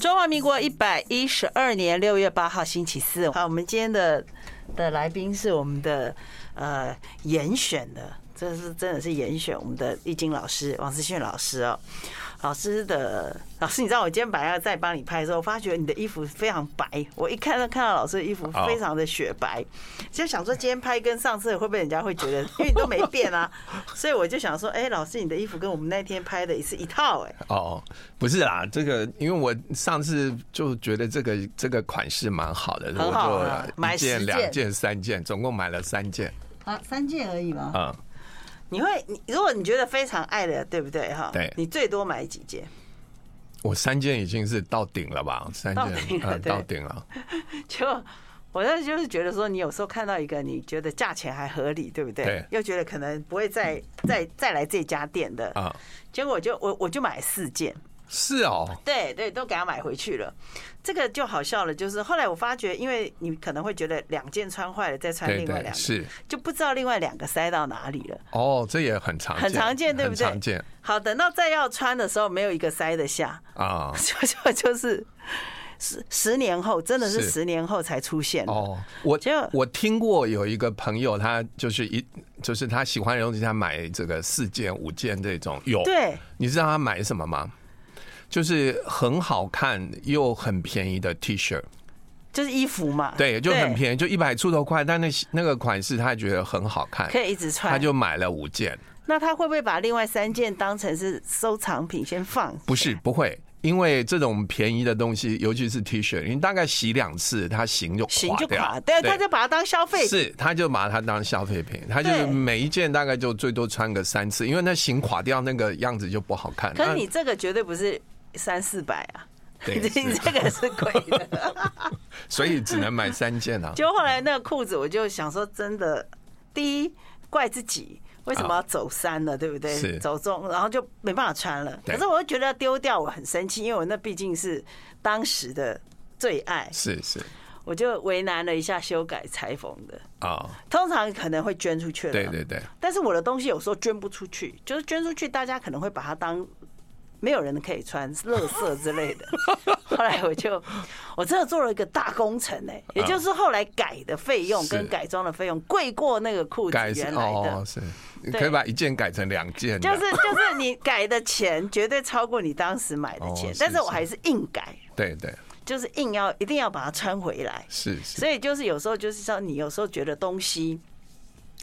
中华民国一百一十二年六月八号星期四，好，我们今天的的来宾是我们的呃严选的，这是真的是严选我们的易经老师王思炫老师哦。老师的老师，你知道我今天本来要再帮你拍的时候，我发觉你的衣服非常白，我一看到看到老师的衣服非常的雪白，就想说今天拍跟上次会不会人家会觉得，因为你都没变啊，所以我就想说，哎，老师你的衣服跟我们那天拍的也是一套哎、哦，不是啦，这个因为我上次就觉得这个这个款式蛮好的，很好啊我就买一十件、件两件、三件，总共买了三件。啊，三件而已嘛。嗯，你会，你如果你觉得非常爱的，对不对哈？对你最多买几件？ 我三件已经是到顶了吧？三到顶件了呃对到顶了。就我那就是觉得说，你有时候看到一个你觉得价钱还合理，对不对？对又觉得可能不会再再再来这家店的，啊、结果我就我我就买四件，是哦，对对，都给他买回去了。这个就好笑了，就是后来我发觉，因为你可能会觉得两件穿坏了再穿对另外对两件，是，就不知道另外两个塞到哪里了。哦，这也很常见，很常见，对不对？很常见好，等到再要穿的时候，没有一个塞得下。啊、 就就就是十十年后，真的是是十年后才出现的。哦，我结果我听过有一个朋友，他就是一就是他喜欢的东西，他买这个四件五件这种有。对，你知道他买什么吗？就是很好看又很便宜的 T 恤，就是衣服嘛，对，就很宜，便宜，就一百出头块，但那那个款式他觉得很好看，可以一直穿。他就买了五件。那他会不会把另外三件当成是收藏品先放？不是不会，因为这种便宜的东西，尤其是 T 恤，你大概洗两次，它型就行垮就掉，啊垮，对，他就把它当消费。是，他就把它当消费品，他就对是每一件大概就最多穿个三次，因为那型垮掉那个样子就不好看。啊可是那你这个绝对不是三四百啊，嗯 对你是这个是贵的。 所以只能买三件 啊。就后来那个裤子，我就想说，真的，第一怪自己为什么要走山了，对不对？啊是走中，然后就没办法穿了。对可是我又觉得要丢掉，我很生气，因为我那毕竟是当时的最爱，是是我就为难了一下修改裁缝的。啊、通常可能会捐出去了，对对对，但是我的东西有时候捐不出去，就是捐出去，大家可能会把它当没有人可以穿，垃圾之类 的。后来我就我真的做了一个大工程哎、也就是后来改的费用啊是跟改装的费用贵过那个裤子改是原来哦的。是，你对可以把一件改成两件啊这就是样，就是你改的钱绝对超过你当时买的钱哦，是但是我还是硬改，对对就是硬要一定要把它穿回来。是是所以就是有时候就是说，你有时候觉得东西，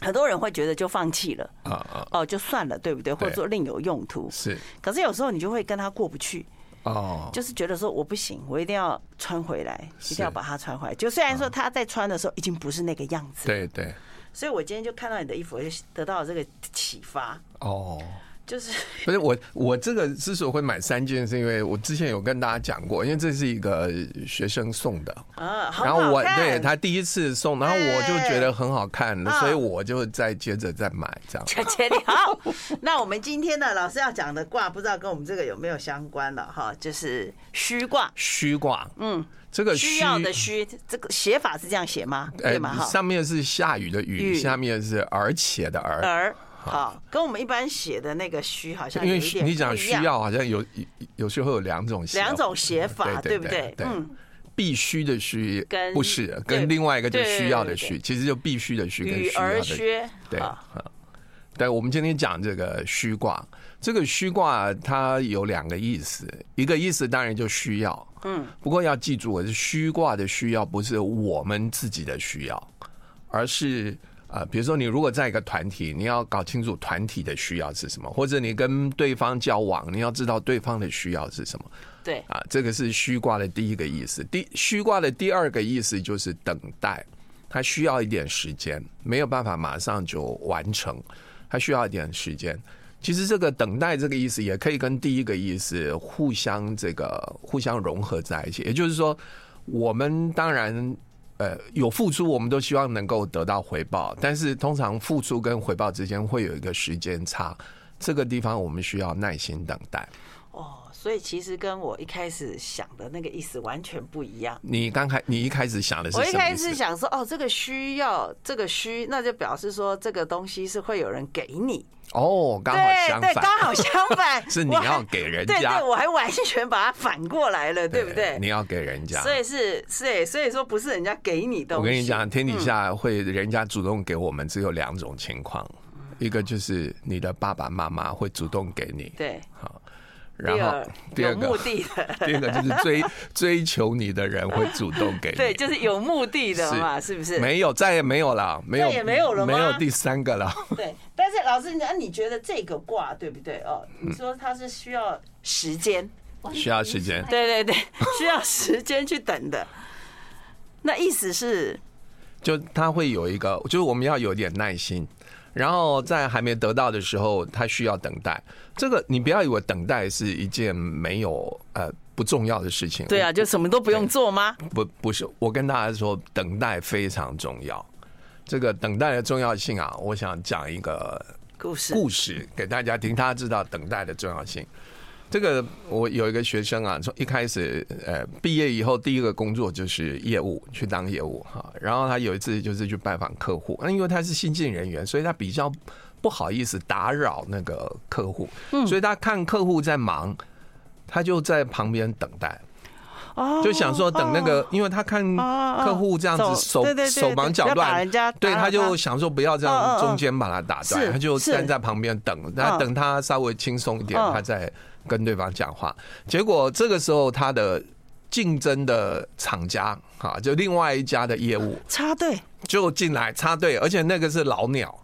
很多人会觉得就放弃了，啊啊哦，就算了，对不对？或者说另有用途。是可是有时候你就会跟他过不去，哦就是觉得说我不行，我一定要穿回来，一是定要把它穿回来。就虽然说他在穿的时候已经不是那个样子，对对所以我今天就看到你的衣服，我就得到了这个启发，哦。就是不是我，我这个之所以会买三件，是因为我之前有跟大家讲过，因为这是一个学生送的，啊，很然后好我看对他第一次送，然后我就觉得很好看哎，所以我就再接着再买这样。姐姐你好，那我们今天呢，老师要讲的卦，不知道跟我们这个有没有相关了哈？就是虚卦，虚卦，嗯，这个哎需要的虚，这个写法是这样写吗？呃对吗？哈，上面是下雨的雨呃雨，下面是而且的而，而好，跟我们一般写的那个虚好像因有为一点你讲不一需样要好像有有时候有两种写法两种写法，对对不对？嗯对，必须的须跟不是对跟另外一个就对需要的对对需，其实就必须的需跟与需要而啊的需靴，对啊好，对，我们今天讲这个虚卦，这个虚卦它有两个意思，一个意思当然就需要，嗯，不过要记住，虚卦的需要不是我们自己的需要，而是呃，比如说你如果在一个团体，你要搞清楚团体的需要是什么，或者你跟对方交往，你要知道对方的需要是什么对，啊，这个是虚卦的第一个意思。第虚卦的第二个意思就是等待，它需要一点时间，没有办法马上就完成，它需要一点时间。其实这个等待这个意思也可以跟第一个意思互相这个互相融合在一起，也就是说，我们当然。呃，有付出，我们都希望能够得到回报，但是通常付出跟回报之间会有一个时间差，这个地方我们需要耐心等待。哦，所以其实跟我一开始想的那个意思完全不一样。你刚开，你一开始想的是我一什么开意始思？想说，哦，这个需要，这个需，那就表示说这个东西是会有人给你。哦，刚好对相对，反，刚好相反， 是你我还要给人 对家对，我还完全把它反过来了，对不对？你要给人家。所以是，所以所以说不是人家给你东西。嗯我跟你讲，天底下会人家主动给我们只有两种情况，嗯一个就是你的爸爸妈妈会主动给你，对，好，第然后二第有二目个，的的， 第二个就是追 追求你的人会主动给你，对，就是有目的的嘛，是不是？没有，再也没有了，没有，再也没有了吗没有第三个了。对，但是老师，你你觉得这个卦对不对？哦，你嗯说它是需要时间，需要时间对对对， 需要时间去等的。那意思是，就他会有一个，就是我们要有点耐心，然后在还没得到的时候，他需要等待。这个你不要以为等待是一件没有呃不重要的事情。对啊，就什么都不用做吗？不不是，我跟大家说，等待非常重要。这个等待的重要性啊，我想讲一个故事，故事给大家听，大家知道等待的重要性。这个我有一个学生啊，从一开始呃毕业以后第一个工作就是业务，去当业务哈。然后他有一次就是去拜访客户，那因为他是新进人员，所以他比较不好意思打扰那个客户，嗯所以他看客户在忙，他就在旁边等待。哦就想说等那个，因为他看哦哦客户这样走子手对对对手忙对脚不要乱，把人家打对，扰他就他想说不要嗯这嗯样嗯中间把他打是断，他就是站在旁边等，嗯他等他稍微轻松一点嗯，他再跟对方讲话。结果这个时候他的竞争的厂家啊，就另外一家的业务插队，就进来插队，而且那个是老鸟。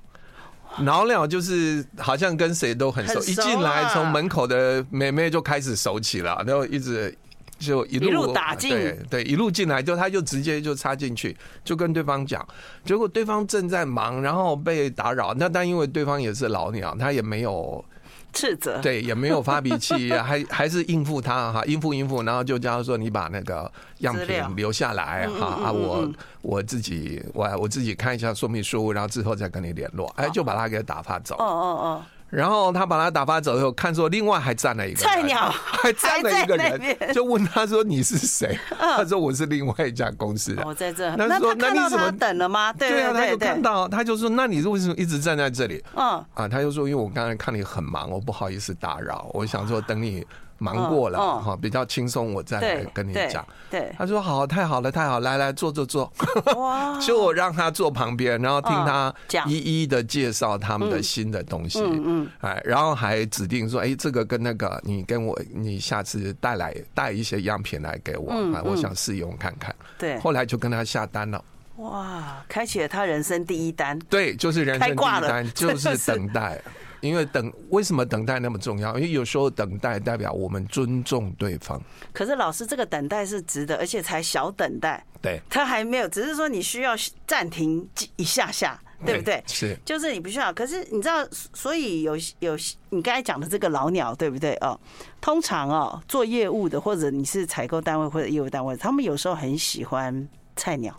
老鸟就是好像跟谁都很熟，很熟一进来啊从门口的妹妹就开始熟起了，然后一直就一路一路打进对对，一路进来就他就直接就插进去，就跟对方讲，结果对方正在忙，然后被打扰，那但因为对方也是老鸟，他也没有斥 责，对，也没有发脾气， 还还是应付他哈，应付应付，然后就叫他说你把那个样资料嗯品留下来哈啊，我我自己我我自己看一下说明书，然后之后再跟你联络，哎，就把他给打发走哦。哦然后他把他打发走以后，看说另外还站了一个人菜鸟 还站了一个还在那边嗯人，就问他说你是谁？他说我是另外一家公司哦，的我。在这。那那说他看那到你怎他么等了吗？对啊，他对就看对，到，他就说那你为什么一直站在这里？嗯，啊，他就说，因为我刚才看你很忙，我不好意思打扰，我想说等你忙过了嗯嗯哈、比较轻松，我再来对，跟你对讲。， 对，他说好，太好了，太好，来来坐坐坐，哇， 就我让他坐旁边，然后听哦嗯他讲一一的介绍他们的新的东西，嗯嗯哎，然后还指定说，哎，这个跟那个，你跟我，你下次带来带一些样品来给我，嗯哎，我嗯想试用看看。对，后来就跟他下单了，哇，开启了他人生第一单，对，就是人生开第挂一了单，真的就 是是等待。因为等为什么等待那么重要？因为有时候等待代表我们尊重对方，可是老师这个等待是值得，而且才小等待，对他还没有，只是说你需要暂停一下下，对不对？是就是你不需要，可是你知道，所以有有你刚才讲的这个老鸟，对不对？哦，通常哦，做业务的或者你是采购单位或者业务单位，他们有时候很喜欢菜鸟，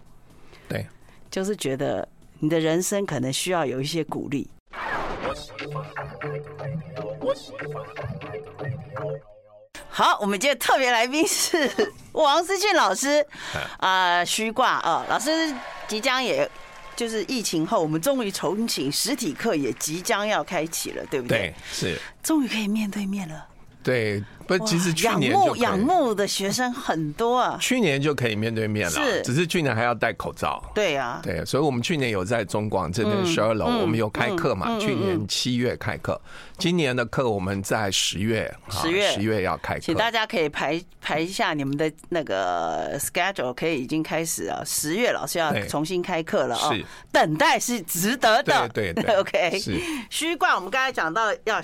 对。就是觉得你的人生可能需要有一些鼓励。好，我们今天特别来宾是 王思俊老师，哎啊，虚卦啊，老师即将也就是疫情后，我们终于重启实体课，也即将要开启了，对不对，是，终于可以面对面了。对，不，其实去仰年就慕可以仰慕的学生很多啊，去年就可以面对面了，是只是去年还要戴口罩。对啊，对，所以我们去年有在中广这嗯边十二楼，我们有开课嘛？去年七月开课，今年的课我们在十月，啊10月十月要开课请。大家可以排排一下你们的那个 schedule，可以已经开始啊，十月老师要对重新开课了啊、是等待是值得的，对对对 ，OK，是虚冠，我们刚才讲到要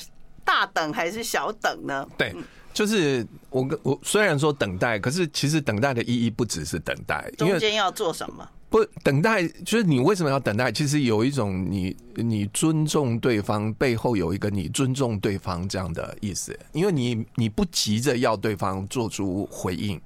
大等还是小等呢？对，就是我跟我虽然说等待，可是其实等待的意义不只是等待，因中为间要做什么？不等待就是你为什么要等待？其实有一种你你尊重对方背后有一个你尊重对方这样的意思，因为你你不急着要对方做出回应，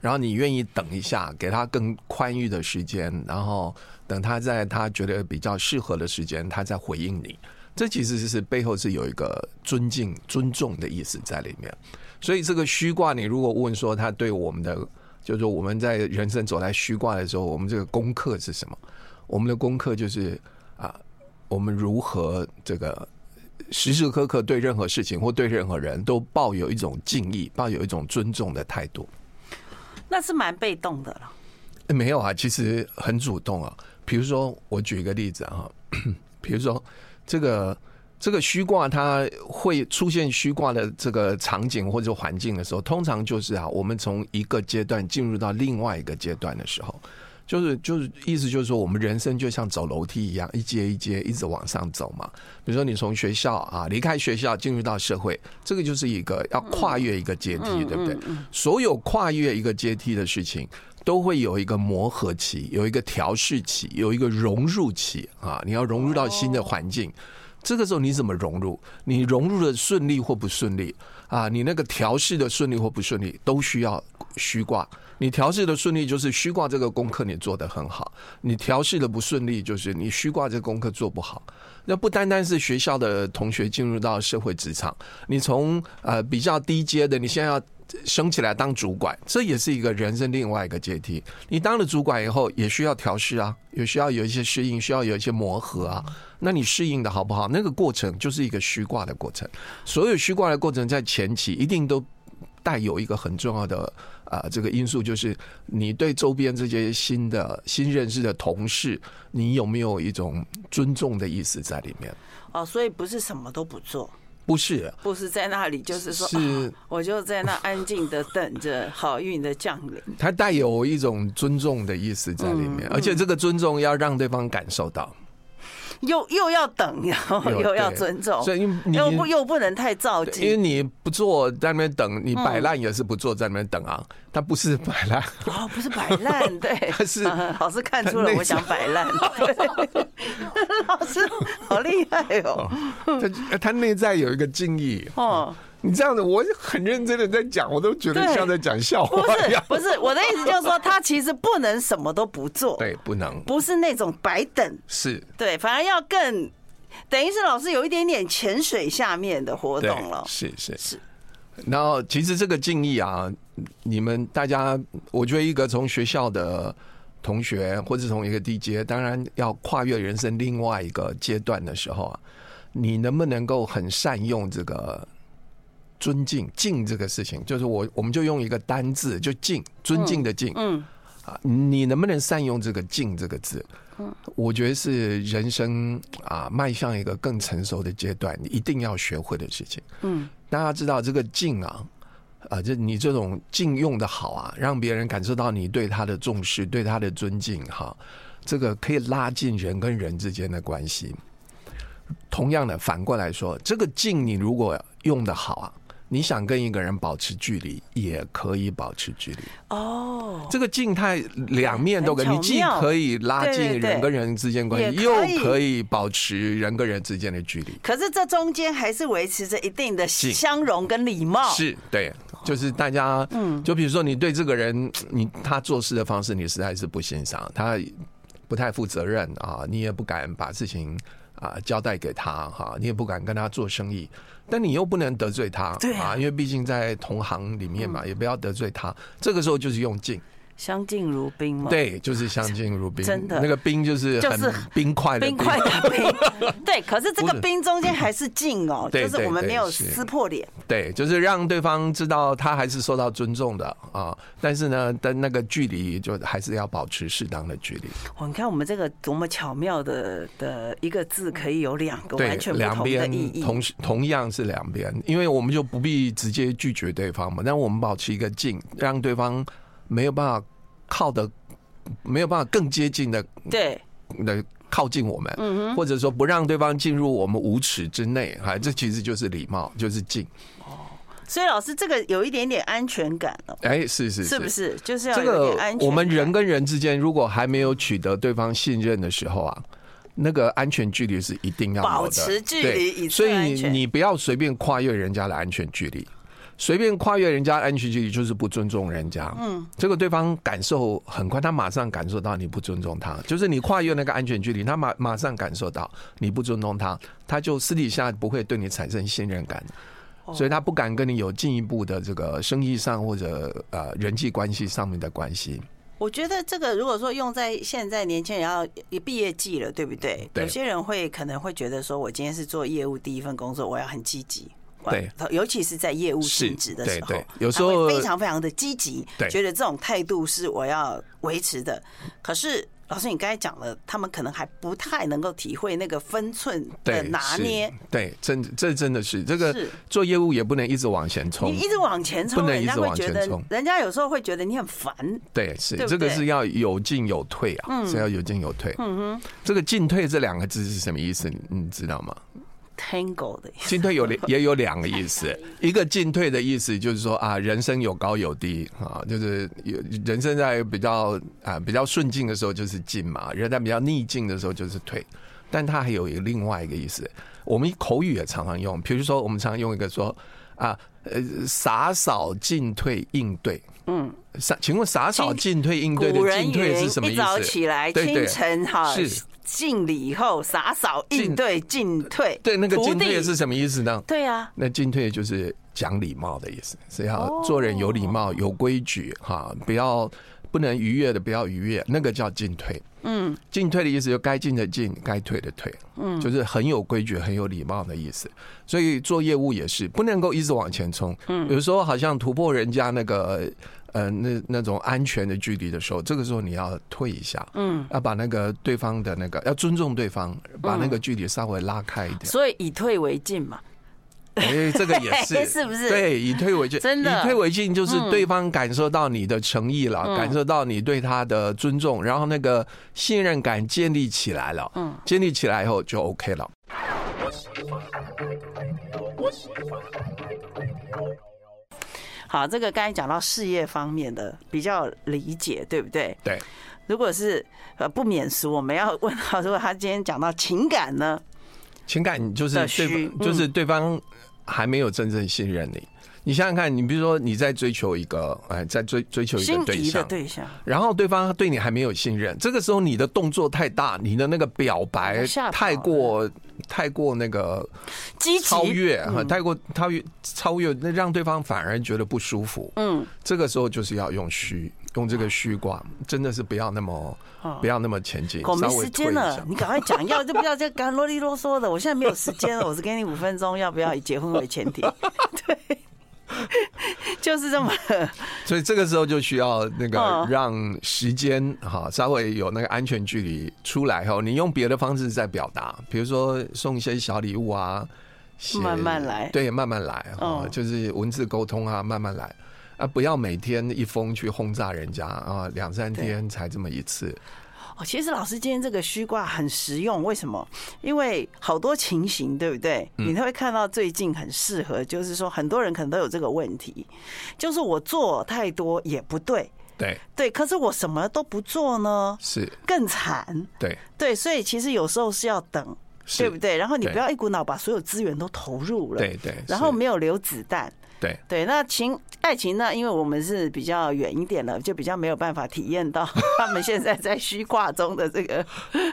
然后你愿意等一下，给他更宽裕的时间，然后等他在他觉得比较适合的时间，他再回应你。这其实是背后是有一个尊敬、尊重的意思在里面。所以这个虚卦，你如果问说它对我们的，就是说我们在人生走在虚卦的时候，我们这个功课是什么？我们的功课就是啊，我们如何这个时时刻刻对任何事情或对任何人都抱有一种敬意，抱有一种尊重的态度。那是蛮被动的了。欸没有啊，其实很主动啊。比如说，我举一个例子啊，比如说这个这个虚卦，它会出现虚卦的这个场景或者环境的时候，通常就是啊，我们从一个阶段进入到另外一个阶段的时候，就是就是意思就是说，我们人生就像走楼梯一样，一阶一阶一直往上走嘛。比如说，你从学校啊离开学校进入到社会，这个就是一个要跨越一个阶梯，对不对？所有跨越一个阶梯的事情。都会有一个磨合期，有一个调试期，有一个融入期啊！你要融入到新的环境，这个时候你怎么融入？你融入的顺利或不顺利啊？你那个调试的顺利或不顺利，都需要虚卦。你调试的顺利就是虚卦这个功课你做得很好，你调试的不顺利就是你虚卦这个功课做不好。那不单单是学校的同学进入到社会职场，你从呃比较低阶的，你现在要升起来当主管，这也是一个人生另外一个阶梯。你当了主管以后，也需要调试啊，也需要有一些适应，需要有一些磨合啊。那你适应的好不好？那个过程就是一个虚卦的过程。所有虚卦的过程在前期一定都带有一个很重要的呃这个因素，就是你对周边这些新的新认识的同事，你有没有一种尊重的意思在里面？哦，所以不是什么都不做，不是，不是在那里，就是说，是啊我就在那安静的等着好 运的降临。它带有一种尊重的意思在里面，而且这个尊重要让对方感受到。又又要等，然后有又要对尊重，所以你又不又不能太着对因急。为你不做在那边等，你摆嗯烂也是不做在那边等啊，他不是摆 烂，哦，不是摆 烂，对，他是啊老师看出了他内我想摆 烂，对老师好厉害哦，他他内在有一个敬意。哦，你这样子，我很认真的在讲，我都觉得对像在讲笑不话一是样。不是，我的意思就是说，他其实不能什么都不做，对，不能不是那种白等，是对，反而要更，等于是老师有一点点潜水下面的活对动了，是是是。然后，其实这个敬意啊，你们大家，我觉得一个从学校的同学，或者从一个地阶，当然要跨越人生另外一个阶段的时候啊，你能不能够很善用这个尊敬敬这个事情？就是我，我们就用一个单字，就敬，尊敬的敬。嗯，啊，你能不能善用这个“静”这个字？我觉得是人生啊，迈向一个更成熟的阶段，你一定要学会的事情。嗯，大家知道这个“静”啊，啊，就你这种静用的好啊，让别人感受到你对他的重视，对他的尊敬，哈，这个可以拉近人跟人之间的关系。同样的，反过来说，这个“静”你如果用的好啊，你想跟一个人保持距离，也可以保持距离。哦，这个静态两面都给很巧你，既妙可以拉对对近对人跟人之间关系，也可以又可以保持人跟人之间的距离。可是这中间还是维持着一定的是相容跟礼貌，是对，就是大家，嗯，就比如说你对这个人，你他做事的方式，你实在是不欣赏，他不太负责任啊，你也不敢把事情啊交代给他哈、你也不敢跟他做生意，但你又不能得罪他，对啊啊，因为毕竟在同行里面嘛，也不要得罪他。这个时候就是用敬，相敬如宾嘛，对，就是相敬如宾，真的那个冰就是就很是冰块的冰块的冰，对，可是这不个是冰中间还是近哦，对就是我们对对没有是撕破脸，对，就是让对方知道他还是受到尊重的啊，但是呢，但那个距离就还是要保持适当的距离，哦，你看我们这个多么巧妙的的一个字，可以有两个对完全，不两同的边意义。同时同样是两边，因为我们就不必直接拒绝对方嘛，但我们保持一个近，让对方没有办法靠的，没有办法更接近的对，的靠近我嗯们，或者说不让对方进入我们五尺之内，啊，这其实就是礼貌，就是近，所以老师这个有一点点安全感了，哎，是是是不是？就是要这有个点安全感。我们人跟人之间，如果还没有取得对方信任的时候啊，那个安全距离是一定要有的保持距离对以所最以安全你你不要随便跨越人家的安全距离。随便跨越人家的安全距离就是不尊重人家，嗯，这个对方感受很快，他马上感受到你不尊重他，就是你跨越那个安全距离，他马马上感受到你不尊重他，他就私底下不会对你产生信任感，哦所以他不敢跟你有进一步的这个生意上或者呃人际关系上面的关系。我觉得这个如果说用在现在年轻人要也毕业季了，对不对？对有些人会可能会觉得说，我今天是做业务第一份工作，我要很积极。我对，尤其是在业务性质的时是候，对对有时他会候非常非常的积极，对觉得这种态度是我要维持的。可是老师，你刚才讲了，他们可能还不太能够体会那个分寸的对，拿是捏。，对，真这真的是这个是做业务也不能一直往前冲你，一直往前冲，不能人家一直会往觉前得冲，人家有时候会觉得你很烦。对，是对不这个对是要有进有退啊，是要有进有退。嗯哼，这个进退这两个字是什么意思？你你知道吗？ Tango 的，进退有两也有两个意思，一个进退的意思就是说啊，人生有高有低啊，就是有人生在比较啊比较顺境的时候就是进嘛，人在比较逆境的时候就是退。但它还有一个另外一个意思，我们口语也常常用，比如说我们常用一个说啊，呃，洒扫进退应对，嗯，洒，请问洒扫进退应对的古人进退云是什么意一思？早起来，对对清晨哈是敬礼以后，洒扫应进对进退。对，那个徒进退弟是什么意思呢？对啊，那进退就是讲礼貌的意思，是要做人有礼貌、有规矩哈，不要不能逾越的不要逾越，那个叫进退。嗯，进退的意思就该进的进，该退的退，嗯，就是很有规矩、很有礼貌的意思。所以做业务也是不能够一直往前冲，嗯，有时候好像突破人家那个。呃，那那种安全的距离的时候，这个时候你要退一下，嗯，要把那个对方的那个要尊重对方，把那个距离稍微拉开一点。所以以退为进嘛。哎，这个也是， 是不是对，以退为进，真的嗯以退为进就是对方感受到你的诚意了，感受到你对他的尊重，然后那个信任感建立起来了。嗯，建立起来以后就 OK 了。好，这个刚才讲到事业方面的比较理解，对不对？对，如果是呃不免俗，我们要问他，如果他今天讲到情感呢？情感就是的嗯对需方，就是对方还没有真正信任你。你想想看，你比如说你在追求一个，哎，在追追求一心个对仪的象，对象，然后对方对你还没有信任，这个时候你的动作太大，你的那个表白吓跑了太过太过那个积极超越哈，嗯太过超越超越，那让对方反而觉得不舒服。嗯，这个时候就是要用虚，用这个虚卦，真的是不要那么不要那么前进，我啊没稍微时退间一了下，。你赶快讲，要就不要再干啰里啰嗦的。我现在没有时间了，我是给你五分钟，要不要以结婚为前提？对，就是这么。所以这个时候就需要那个嗯让时间哈稍微有那个安全距离出来后，你用别的方式再表达，比如说送一些小礼物啊，写慢慢来对，慢慢来哈，嗯就是文字沟通啊，慢慢来。啊，不要每天一封去轰炸人家啊，两三天才这么一次。哦，其实老师今天这个虚卦很实用，为什么？因为好多情形，对不对？嗯你都会看到最近很适合，就是说很多人可能都有这个问题，就是我做太多也不对，对，对，可是我什么都不做呢，是，更惨。对，对，所以其实有时候是要等，是对不对？然后你对不要一股脑把所有资源都投入了，对对然后是没有留子弹。对，对，那情爱情呢？因为我们是比较远一点了，就比较没有办法体验到他们现在在虚卦中的这个、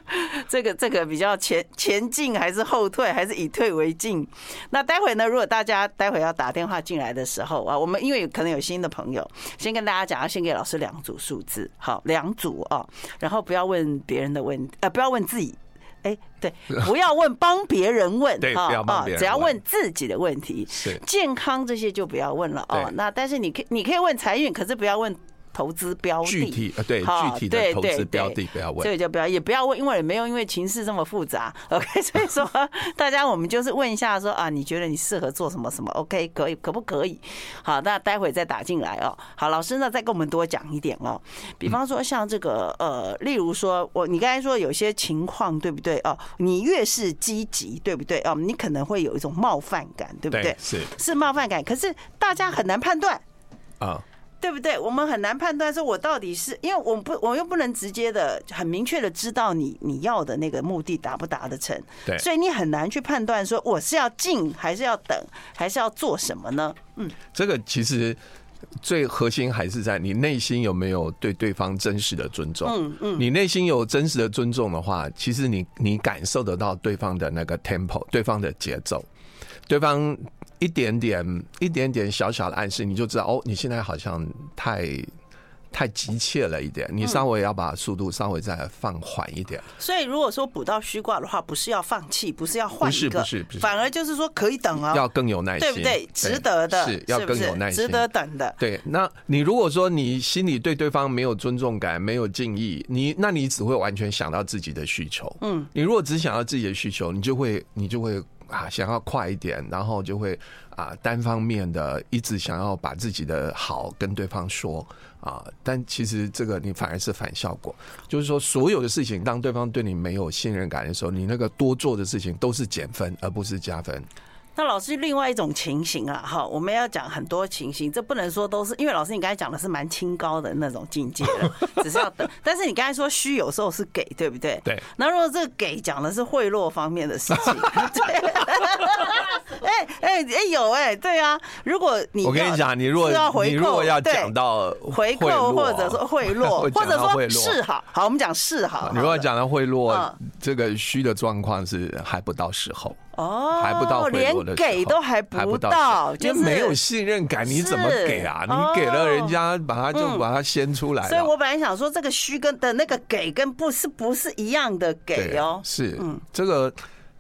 这个、这个比较前前进还是后退，还是以退为进。那待会呢，如果大家待会要打电话进来的时候啊，我们因为可能有新的朋友，先跟大家讲，要先给老师两组数字，好，两组哦，然后不要问别人的问，呃，不要问自己。哎，对，不要问，帮别人问，对啊不要帮啊别人只要问问自己的问题。是健康这些就不要问了哦对。那但是你可以你可以问财运，可是不要问投资标的。具体呃对好具体的对投对资标对的不要问所以就不要也不要问，因为也没有因为情势这么复杂。OK，所 以说大家我们就是问一下说啊，你觉得你适合做什么什么？OK，可以可不可以？好，那待会再打进来哦。好，老师呢再跟我们多讲一点哦。比方说像这个呃，例如说我你刚才说有些情况对不对哦？你越是积极对不对哦？你可能会有一种冒犯感对不对对？是是冒犯感，可是大家很难判断，啊，对不对？我们很难判断说我到底是因为我不我又不能直接的很明确的知道你你要的那个目的达不达得成，对所以你很难去判断说我是要进还是要等还是要做什么呢？这个其实最核心还是在你内心有没有对对方真实的尊重。嗯嗯，你内心有真实的尊重的话，其实你你感受得到对方的那个 tempo，对方的节奏，对方。一一点点、一点点小小的暗示，你就知道哦，你现在好像太太急切了一点，嗯你稍微要把速度稍微再放缓一点。所以如果说补到虚卦的话，不是要放弃，不是要换一个，不是不是不是反而就是说可以等啊、要更有耐心，对不对？值得的，是要不更是有耐心，值得等的。对，那你如果说你心里对对方没有尊重感、没有敬意，你那你只会完全想到自己的需求。嗯，你如果只想要自己的需求，你就会你就会啊想要快一点，然后就会啊单方面的一直想要把自己的好跟对方说啊，但其实这个你反而是反效果。就是说，所有的事情当对方对你没有信任感的时候，你那个多做的事情都是减分，而不是加分。那老师另外一种情形啊，哈，我们要讲很多情形，这不能说都是，因为老师你刚才讲的是蛮清高的那种境界 了，只是要等。但是你刚才说虚有时候是给，对不对？对。那如果这个给讲的是贿赂方面的事 情，对。 哎哎哎，有哎、对啊。如果你我跟要你讲，你如果是要回你如扣果要对讲到回贿扣赂或啊者说贿赂， 会或讲者到贿说赂示好，好，我们讲示好好了。你如果讲到贿赂嗯，这个虚的状况是还不到时候，哦，还不到贿连赂的时候，给都还还不到到，时候，就因为是没有信任感，你怎么是给啊？哦你给了人家，把它就嗯把它掀出来所以我了。本来想说，这个虚跟的那个给跟不是不是一样的给对哦，是嗯这个。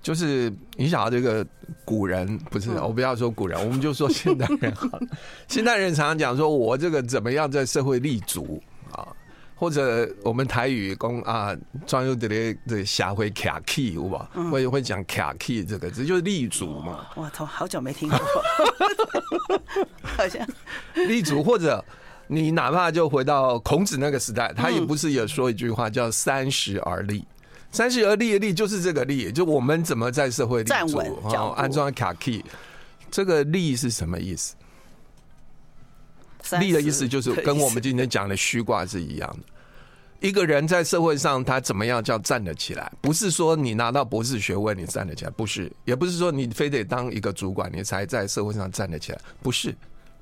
就是你想到这个古人不嗯是，我不要说古人， 我们就说现代人 好了。现代人常常讲说，我这个怎么样在社会立足啊，或者我们台语讲啊，专用这里这下回卡 key 有吧，嗯会会讲卡 key 这个字，就是立足嘛。我头好久没听过，好像立足，或者你哪怕就回到孔子那个时代，他嗯也不是也说一句话叫“三十而立”。三十而立的立就是这个立，就我们怎么在社会立站足稳，然脚后步安装卡 key。这个立是什么意思？三 立的十意思就是的跟意我思们今天讲的虚卦是一样的。一个人在社会上，他怎么样叫站得起来？不是说你拿到博士学位你站得起来，不是，也不是说你非得当一个主管你才在社会上站得起来，不是。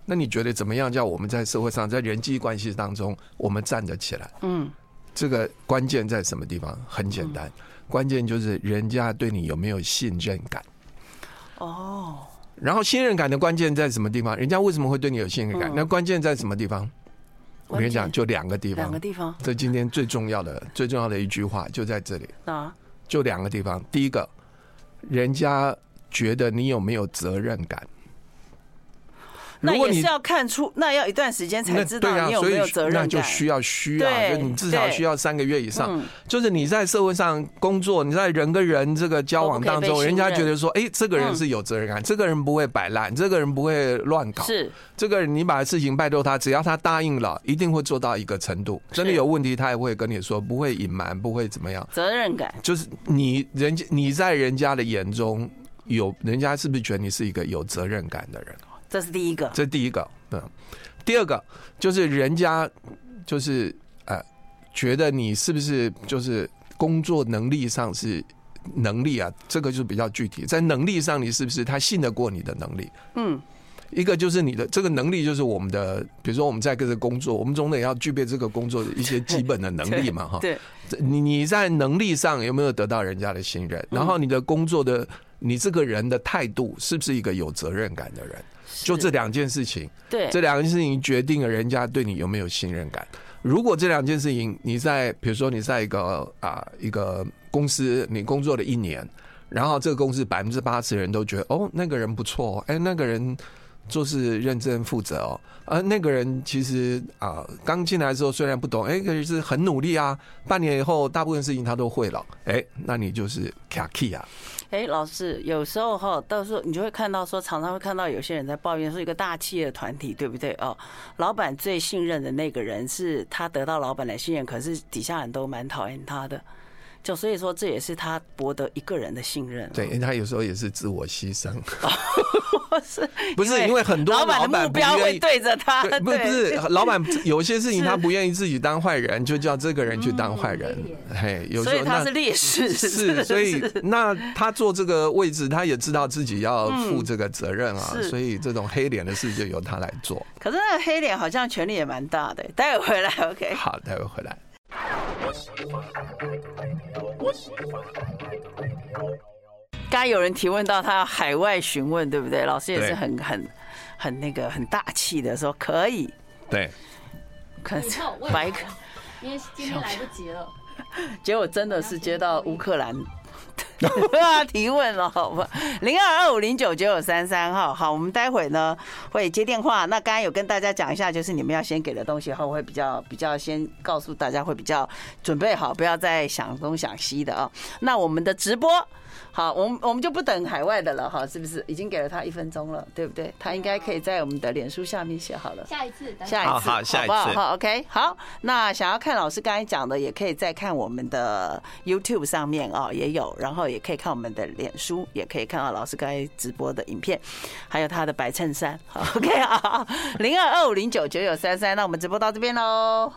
那你觉得怎么样叫我们在社会上，在人际关系当中我们站得起来？嗯，这个关键在什么地方？很简单，嗯关键就是人家对你有没有信任感。哦，然后信任感的关键在什么地方？人家为什么会对你有信任感？嗯那关键在什么地方？我跟你讲，就两个地两方个。地方这今天最重要的、最重要的一句话就在这里，啊，就两个地方。第一个，人家觉得你有没有责任感。那如果也你是啊要看出，那要一段时间才那知对道啊，你有所没以有责那任就感。需要需要，对就你至少对需要三个月以上嗯。就是你在社会上工作，你在人跟人这个交往当都不中，可以被人信任嗯家觉得说，哎，这个人是有责任感，这个人不会摆烂，这个人不会乱搞。是这个人你把事情拜托他，只要他答应了，一定会做到一个程度。真的有问题，他也会跟你说，不会隐瞒，不会怎么样。责任感，就是你人家你在人家的眼中有，人家是不是觉得你是一个有责任感的人？这是第一个。这第一个，嗯。第二个就是人家就是呃，觉得你是不是就是工作能力上是能力啊，这个就比较具体，在能力上你是不是他信得过你的能力？嗯，一个就是你的这个能力，就是我们的，比如说我们在各个工作，我们总得要具备这个工作的一些基本的能力 嘛，哈。对，这你你在能力上有没有得到人家的信任？嗯然后你的工作的，你这个人的态度是不是一个有责任感的人？就这两件事情，对这两件事情决定了人家对你有没有信任感。如果这两件事情，你在比如说你在一个啊、一个公司，你工作了一年，然后这个公司百分之八十人都觉得哦那个人不错、哦，哎那个人做事认真负责哦，呃那个人其实啊刚、进来的时候虽然不懂，哎可是很努力啊，半年以后大部分事情他都会了，哎、那你就是卡 key 啊，哎，老师，有时候哈，到时候你就会看到说，常常会看到有些人在抱怨说，一个大企业的团体，对不对？哦，老板最信任的那个人是他得到老板的信任，可是底下人都蛮讨厌他的，就所以说这也是他博得一个人的信任。对，，因为他有时候也是自我牺牲， 是不是因为很多老老板的板目不标愿会意。对着他， 对，不不是老板，有些事情他不愿意自己当坏人，就叫这个人去当坏人。嘿，有嗯时所以候他那是烈士，是，所以 是那他坐这个位置，他也知道自己要负这个责任啊，嗯是所以这种黑脸的事就由他来做。可是那个黑脸好像权力也蛮大的，待会回来 OK。好，待会回来。刚才有人提问到他海外询问，对不对？老师也是对很很很那个很大气的说可以，对，可你看我也白可，因为今天来不及了。结果真的是接到乌克兰 啊提问了，好吧？零二二五零九九九三三号，好，我们待会呢会接电话。那刚刚有跟大家讲一下，就是你们要先给的东西，后会比较比较先告诉大家，会比较准备好，不要再想东想西的啊。那我们的直播。好，我们我们就不等海外的了哈，是不是？已经给了他一分钟了，对不对？他应该可以在我们的脸书下面写好了。下一次，等下一次，等好好下一不好？次好，OK，好。那想要看老师刚才讲的，也可以再看我们的 YouTube 上面哦，也有，然后也可以看我们的脸书，也可以看到老师刚才直播的影片，还有他的白衬衫。好 OK 啊，零二二五零九九九三三，那我们直播到这边喽。